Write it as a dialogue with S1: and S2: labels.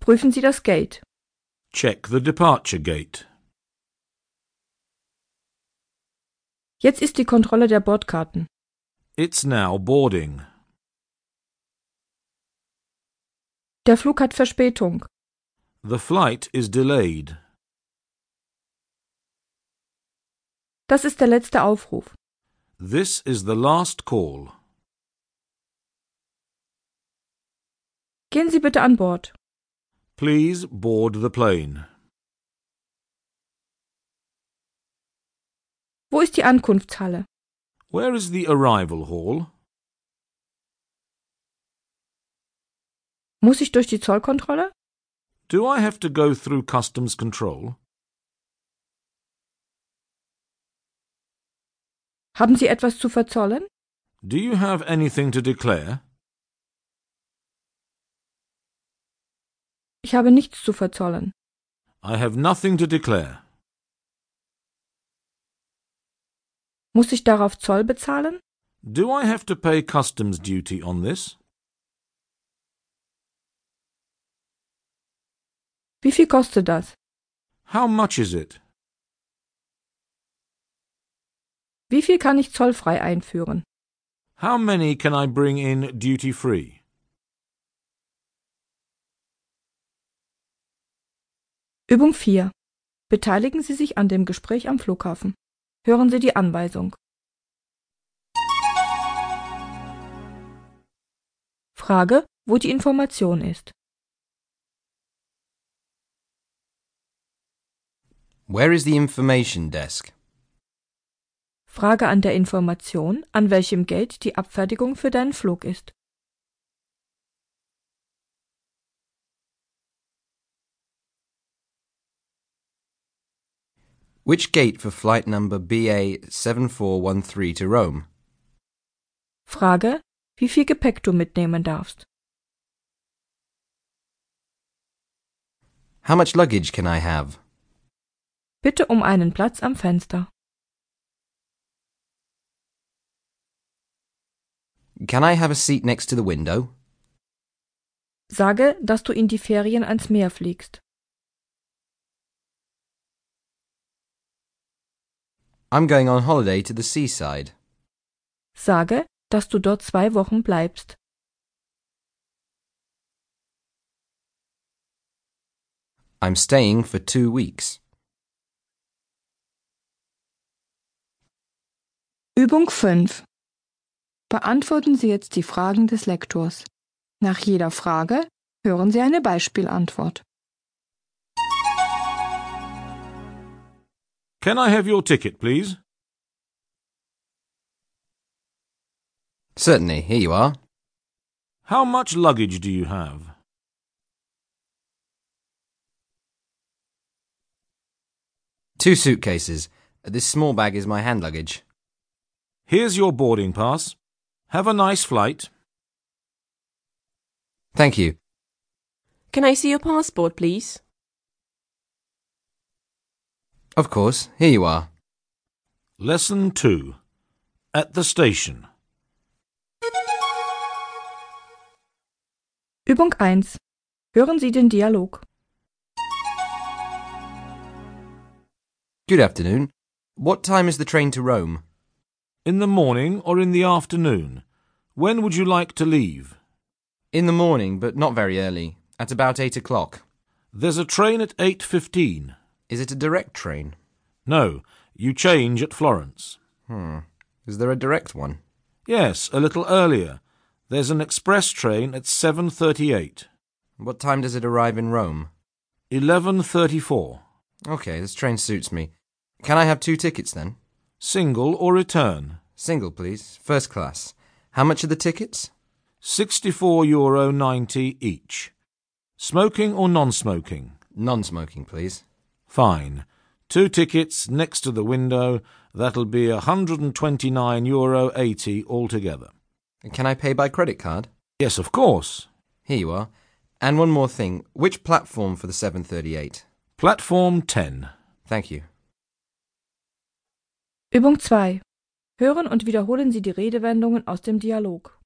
S1: Prüfen Sie das Gate.
S2: Check the departure gate.
S1: Jetzt ist die Kontrolle der Bordkarten.
S2: It's now boarding.
S1: Der Flug hat Verspätung.
S2: The flight is delayed.
S1: Das ist der letzte Aufruf.
S2: This is the last call.
S1: Gehen Sie bitte an Bord.
S2: Please board the plane.
S1: Wo ist die Ankunftshalle?
S2: Where is the arrival hall?
S1: Muss ich durch die Zollkontrolle?
S2: Do I have to go through customs control?
S1: Haben Sie etwas zu verzollen?
S2: Do you have anything to declare?
S1: Ich habe nichts zu verzollen.
S2: I have nothing to declare.
S1: Muss ich darauf Zoll bezahlen?
S2: Do I have to pay customs duty on this?
S1: Wie viel kostet das?
S2: How much is it?
S1: Wie viel kann ich zollfrei einführen?
S2: How many can I bring in duty free?
S1: Übung 4. Beteiligen Sie sich an dem Gespräch am Flughafen. Hören Sie die Anweisung. Frage, wo die Information ist.
S3: Where is the information desk?
S1: Frage an der Information, an welchem Gate die Abfertigung für deinen Flug ist.
S3: Which gate for flight number BA 7413 to Rome?
S1: Frage, wie viel Gepäck du mitnehmen darfst.
S3: How much luggage can I have?
S1: Bitte um einen Platz am Fenster.
S3: Can I have a seat next to the window?
S1: Sage, dass du in die Ferien ans Meer fliegst.
S3: I'm going on holiday to the seaside.
S1: Sage, dass du dort zwei Wochen bleibst.
S3: I'm staying for two weeks.
S4: Übung 5. Beantworten Sie jetzt die Fragen des Lektors. Nach jeder Frage hören Sie eine Beispielantwort.
S2: Can I have your ticket, please?
S3: Certainly, here you are.
S2: How much luggage do you have?
S3: Two suitcases. This small bag is my hand luggage.
S2: Here's your boarding pass. Have a nice flight.
S3: Thank you.
S5: Can I see your passport, please?
S3: Of course, here you are.
S2: Lesson 2. At the station.
S1: Übung 1. Hören Sie den Dialog.
S3: Good afternoon. What time is the train to Rome?
S2: In the morning or in the afternoon? When would you like to leave?
S3: In the morning, but not very early. At about eight o'clock.
S2: There's a train at 8.15.
S3: Is it a direct train?
S2: No, you change at Florence.
S3: Hmm. Is there a direct one?
S2: Yes, a little earlier. There's an express train at 7.38.
S3: What time does it arrive in Rome?
S2: 11.34.
S3: Okay, this train suits me. Can I have two tickets then?
S2: Single or return?
S3: Single, please. First class. How much are the tickets?
S2: €64.90 each. Smoking or non-smoking?
S3: Non smoking, please.
S2: Fine. Two tickets next to the window. That'll be €129.80 altogether.
S3: Can I pay by credit card?
S2: Yes, of course.
S3: Here you are. And one more thing. Which platform for the 738?
S2: Platform 10.
S3: Thank you.
S1: Übung 2. Hören und wiederholen Sie die Redewendungen aus dem Dialog.